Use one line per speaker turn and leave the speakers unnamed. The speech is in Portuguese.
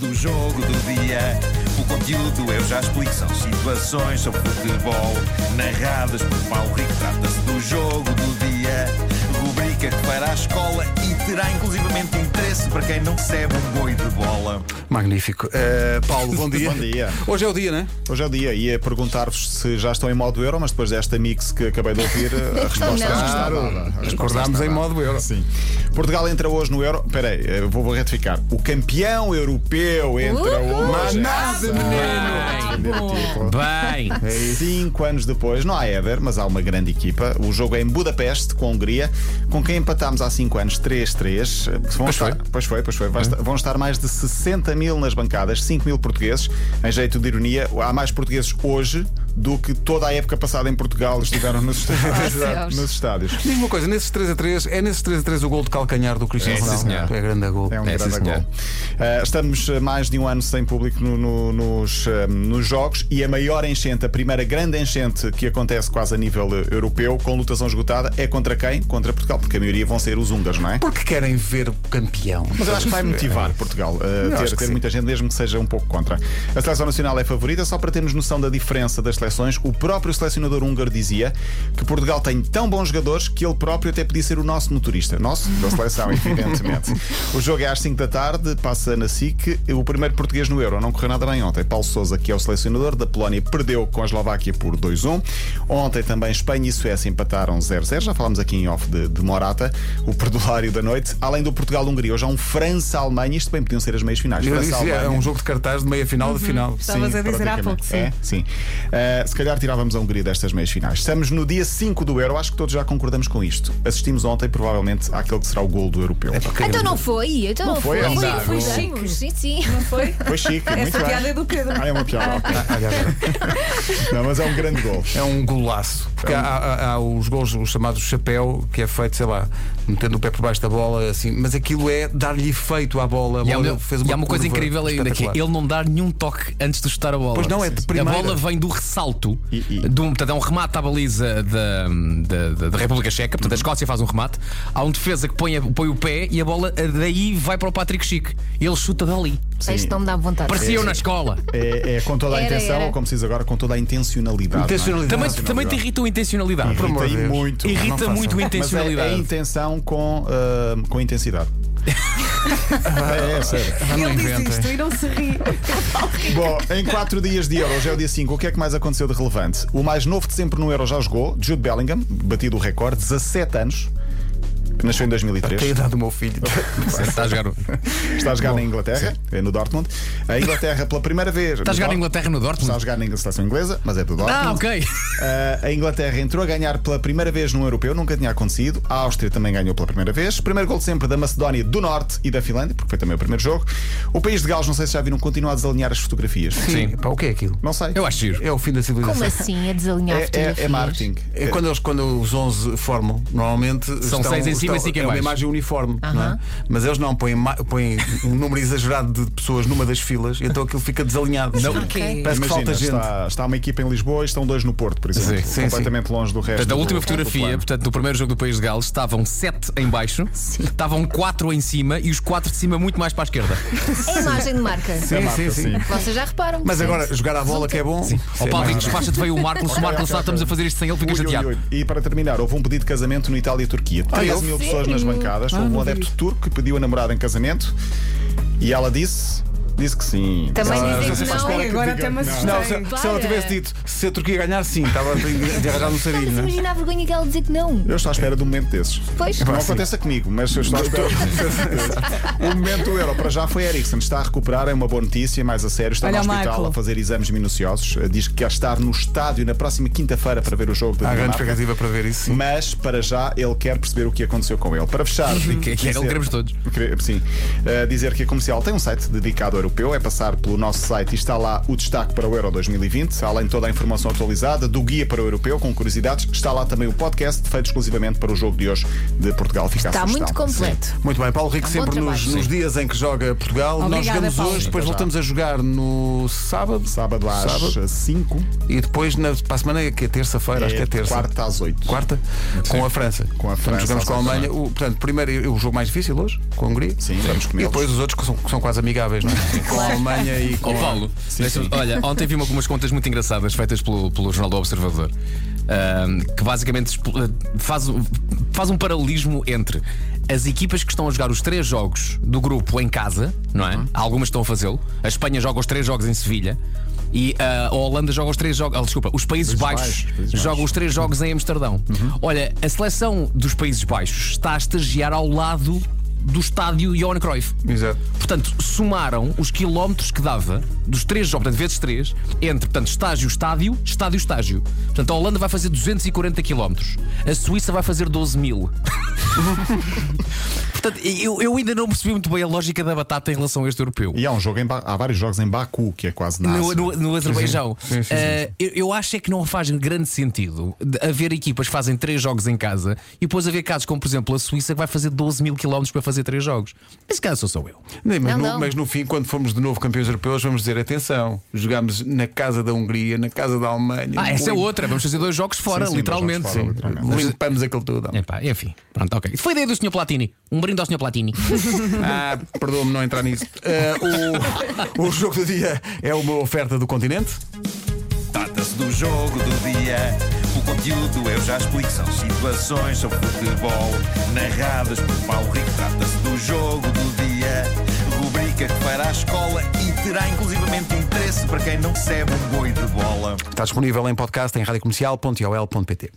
do jogo do dia. O conteúdo eu já explico, são situações sobre futebol, narradas por Paulo Rico, trata-se do jogo do dia. Rubrica que fará a escola e terá inclusivamente interesse para quem não recebe um boi de bola.
Magnífico. Eh, Paulo, bom dia.
Bom dia.
Hoje é o dia, né?
Hoje é o dia, ia perguntar-vos se já estão em modo euro, mas depois desta mix que acabei de ouvir, a resposta
Não.
é claro.
Acordámos em modo euro.
Sim. Portugal entra hoje no euro. Peraí, eu vou vou retificar. O campeão europeu entra
Uhul!
hoje.
Manada,
menino!
Bem,
É Cinco anos depois, não há Éder, mas há uma grande equipa. O jogo é em Budapeste, com a Hungria, com quem empatámos há cinco anos 3-3. Vão
Pois
estar-
foi.
Pois foi, pois foi. Vai estar- Vão estar mais de 60 mil nas bancadas, 5 mil portugueses. Em jeito de ironia, há mais portugueses hoje do que toda a época passada em Portugal estiveram nos estádios.
céus.
nos estádios.
Diz-me uma coisa, nesses 3 a 3, é nesses 3 a 3 o gol de calcanhar do Cristiano
É, sim,
Ronaldo?
senhor.
É grande a gol.
É um
É,
grande
sim,
gol.
senhor.
Uh, estamos uh, mais de um ano sem público no- no- nos, um, nos jogos e a maior enchente, a primeira grande enchente que acontece quase a nível uh, europeu, com lutação esgotada, é contra quem? Contra Portugal, porque a maioria vão ser os húngaros, não é?
Porque querem ver o campeão.
Mas eu acho que vai tipo, motivar Portugal a
acho
ter,
que
ter
sim.
muita gente, mesmo que seja um pouco contra. A seleção nacional é favorita, só para termos noção da diferença das seleções, o próprio selecionador húngaro dizia que Portugal tem tão bons jogadores que ele próprio até podia ser o nosso motorista. Nosso, da seleção, evidentemente. O jogo é às 5 da tarde, passa na SIC. O primeiro português no Euro não correu nada bem ontem. Paulo Souza, que é o selecionador da Polónia, perdeu com a Eslováquia por 2-1. Ontem também Espanha e Suécia empataram 0-0. Já falámos aqui em off de, de Morata, o perdulário da noite. Além do Portugal-Hungria, hoje há um França-Alemanha. Isto bem podiam ser as meias finais.
Eu disse,
França-Alemanha.
é um jogo de cartaz de meia
Uhum.
final de final.
Estavas a dizer há pouco, sim.
É, sim. Uh, se calhar tirávamos a Hungria destas meias finais. Estamos no dia 5 do Euro, acho que todos já concordamos com isto. Assistimos ontem, provavelmente, àquele que será o gol do
É.
europeu.
Então não foi, então não,
foi, é um dado.
Foi, chique. Sim, sim. Não foi?
Foi chique, muito
Essa
bem.
piada é do Pedro.
Ah, é uma piada, ok. Não, mas é um grande gol.
É um golaço. Porque há, há- há os gols, os chamados chapéu, que é feito, sei lá, metendo o pé por baixo da bola, assim. Mas aquilo é dar-lhe efeito à bola. A
e há
bola
uma,
fez
e há uma coisa
curva
incrível ainda que é
espetacular.
ele não dar nenhum toque antes de chutar a bola.
Pois não, é de
A
primeira.
bola vem do ressalto,
E- e-
De um, portanto, é um remate à baliza da, da, da- da República Checa. Portanto, a Escócia faz um remate. Há um defesa que põe, a- põe o pé e a bola eh, daí vai para o Patrick Chic. Ele chuta dali.
Este não me dá vontade.
Parecia eu na escola.
É, é com toda a
Era,
intenção,
era.
ou como se diz agora, com toda a intencionalidade. é?
Intencionalidade.
Também, também te irrita a intencionalidade.
não
amor
é?
de
Irrita aí
Deus.
muito.
Não
Irrita
façam.
muito a
Mas é, é a
intencionalidade.
intenção com, ah, com intensidade. é, é sério.
Ah, não
Diz
inventem.
isto e não se ri.
Bom, em 4 dias de Euro, hoje é o dia 5, o que é que mais aconteceu de relevante? O mais novo de sempre no Euro já jogou, Jude Bellingham, batido o recorde, 17 anos, que nasceu em 2003.
Tem a idade do meu filho.
Está a jogar, está
Está a jogar na Inglaterra, é no Dortmund. A Inglaterra, pela primeira vez.
a jogar na Tá Inglaterra no
Está a
Dortmund.
jogar na seleção inglesa, mas é do Dortmund.
Ah, ok.
Ah, a Inglaterra entrou a ganhar pela primeira vez num europeu, nunca tinha acontecido. A Áustria também ganhou pela primeira vez. Primeiro gol de sempre da Macedónia do Norte e da Finlândia, porque foi também o primeiro jogo. O país de Gales, não sei se já viram, continua a desalinhar as fotografias.
Sim. Pá, o que é aquilo?
Não sei.
Eu acho giro.
É o fim da civilização.
Como assim? A desalinhar
É, é- é
fotografias?
marketing.
É quando, eles, quando os 11 formam, normalmente
São
estão-
seis em cima e
estão-
cinco em
É uma
baixo.
imagem uniforme, não é? Mas eles não põem, ma- põem um número exagerado de pessoas numa das filas, e então aquilo fica desalinhado. Não,
porquê?
Parece que
Imagina,
falta gente.
Está, está uma equipa em Lisboa e estão dois no Porto, por exemplo.
Sim, sim,
completamente longe do resto.
Portanto, a
do-
última
do
fotografia,
plano.
portanto, do primeiro jogo do País de Gales, estavam sete em baixo, estavam quatro em cima e os quatro de cima muito mais para a esquerda.
É imagem de marca.
Sim,
marca,
sim, sim.
sim.
Vocês já reparam.
Mas
sim.
agora, jogar à bola que é bom. Sim.
Ó Paulo Rico, despacha-te veio o Marcos, o Marcos lá estamos a fazer isto sem ele, fica
Ui, ui,
chateado. Ah,
ui. E para terminar, houve um pedido de casamento no Itália e Turquia. 13 mil pessoas nas bancadas. houve um
Ah.
adepto turco que pediu a namorada em casamento e ela disse. Disse que sim.
Também
Ela-
dizem
ela
que
disse,
não.
"Espera que
Agora
diga
até me
que não."
assustei.
Não, se, se ela
Para.
tivesse dito, se a Turquia ganhar, sim, estava de de arranjar no
Não,
sarilho,
mas
não é?
imagina a vergonha dela dizer que não.
Eu estou à espera de um momento desses.
Pois.
Não aconteça comigo, mas eu estou à espera. o momento do euro para já foi Ericsson. Está a recuperar, é uma boa notícia, mais a sério. Está
Olha
no
o
hospital
Marco.
a fazer exames minuciosos. Diz que quer estar no estádio na próxima quinta-feira para ver o jogo da
Há grande
Dinamarca.
expectativa para ver isso. sim.
Mas para já ele quer perceber o que aconteceu com ele. Para fechar,
Que- que era o que queremos todos.
Quer- Sim. Uh, dizer que a comercial tem um site dedicado ao europeu, é passar pelo nosso site e está lá o destaque para o Euro 2020, além de toda a informação atualizada, do guia para o europeu, com curiosidades, está lá também o podcast feito exclusivamente para o jogo de hoje de Portugal. Fica a
Está
sugestão.
muito completo.
Muito bem, Paulo Rico,
É um bom
sempre nos,
trabalho.
nos dias em que joga Portugal. Nós
Obrigada,
jogamos
Paulo.
hoje,
Sim,
depois voltamos a jogar no sábado.
Sábado
Sábado.
às 5,
E depois, na, para a semana, é que é terça-feira, acho que é terça.
eh, quarta às 8.
Quarta, com a França.
Com a
Portanto,
França,
jogamos com a
às oito
Alemanha. O, portanto, primeiro é o jogo mais difícil hoje, com a Hungria.
Sim, vamos com
E
eles.
depois os outros que são, que são quase amigáveis, não é? com a Alemanha e com.
Ó Paulo, deixa-me- olha, ontem vi uma- umas contas muito engraçadas feitas pelo, pelo Jornal do Observador. ahm, que basicamente expl- eh, faz, um- faz um paralelismo entre as equipas que estão a jogar os três jogos do grupo em casa, não é? Algumas estão a fazê-lo. A Espanha joga os três jogos em Sevilha e ah, a Holanda joga os três jogos. ah, desculpa, os Países Baixos,
Baixos, Países
jogam os três jogos em Amsterdão. Olha, a seleção dos Países Baixos está a estagiar ao lado do estádio Johan Cruyff.
Exato.
Portanto, somaram os quilómetros que dava dos três jogos, portanto, vezes três, entre portanto, estágio, estádio, estádio, estágio. Portanto, a Holanda vai fazer 240 quilómetros, a Suíça vai fazer 12 mil. portanto, eu, eu ainda não percebi muito bem a lógica da batata em relação a este europeu.
E há um jogo em Ba- há vários jogos em Baku, que é quase na
No,
Ásia.
no- no Azerbaijão.
Sim, sim, sim,
Eh, eu, eu acho é que não faz grande sentido de haver equipas que fazem três jogos em casa e depois haver casos como, por exemplo, a Suíça que vai fazer 12 mil quilómetros para fazer três jogos. Esse caso sou só eu.
Nem, mas,
Não,
no,
não.
mas no fim, quando formos de novo campeões europeus, vamos dizer: atenção, jogámos na casa da Hungria, na casa da Alemanha.
Ah, essa é
lim-
outra. Vamos fazer dois jogos fora,
Sim, sim,
literalmente.
dois jogos fora, literalmente.
Limpamos aquilo tudo. é?
Epá, enfim, pronto, ok. Foi ideia do Sr. Platini. Um brinde ao Sr. Platini.
Ah, perdoa-me não entrar nisso. Ah, o, o jogo do dia é uma oferta do continente.
Trata-se do jogo do dia. O conteúdo é eu já explico. São situações sobre futebol narradas por Paulo Rico. Trata-se do jogo do dia. Rubrica que fará a escola e terá inclusivamente interesse para quem não recebe um boi de bola.
Está disponível em podcast em radiocomercial.ol.pt.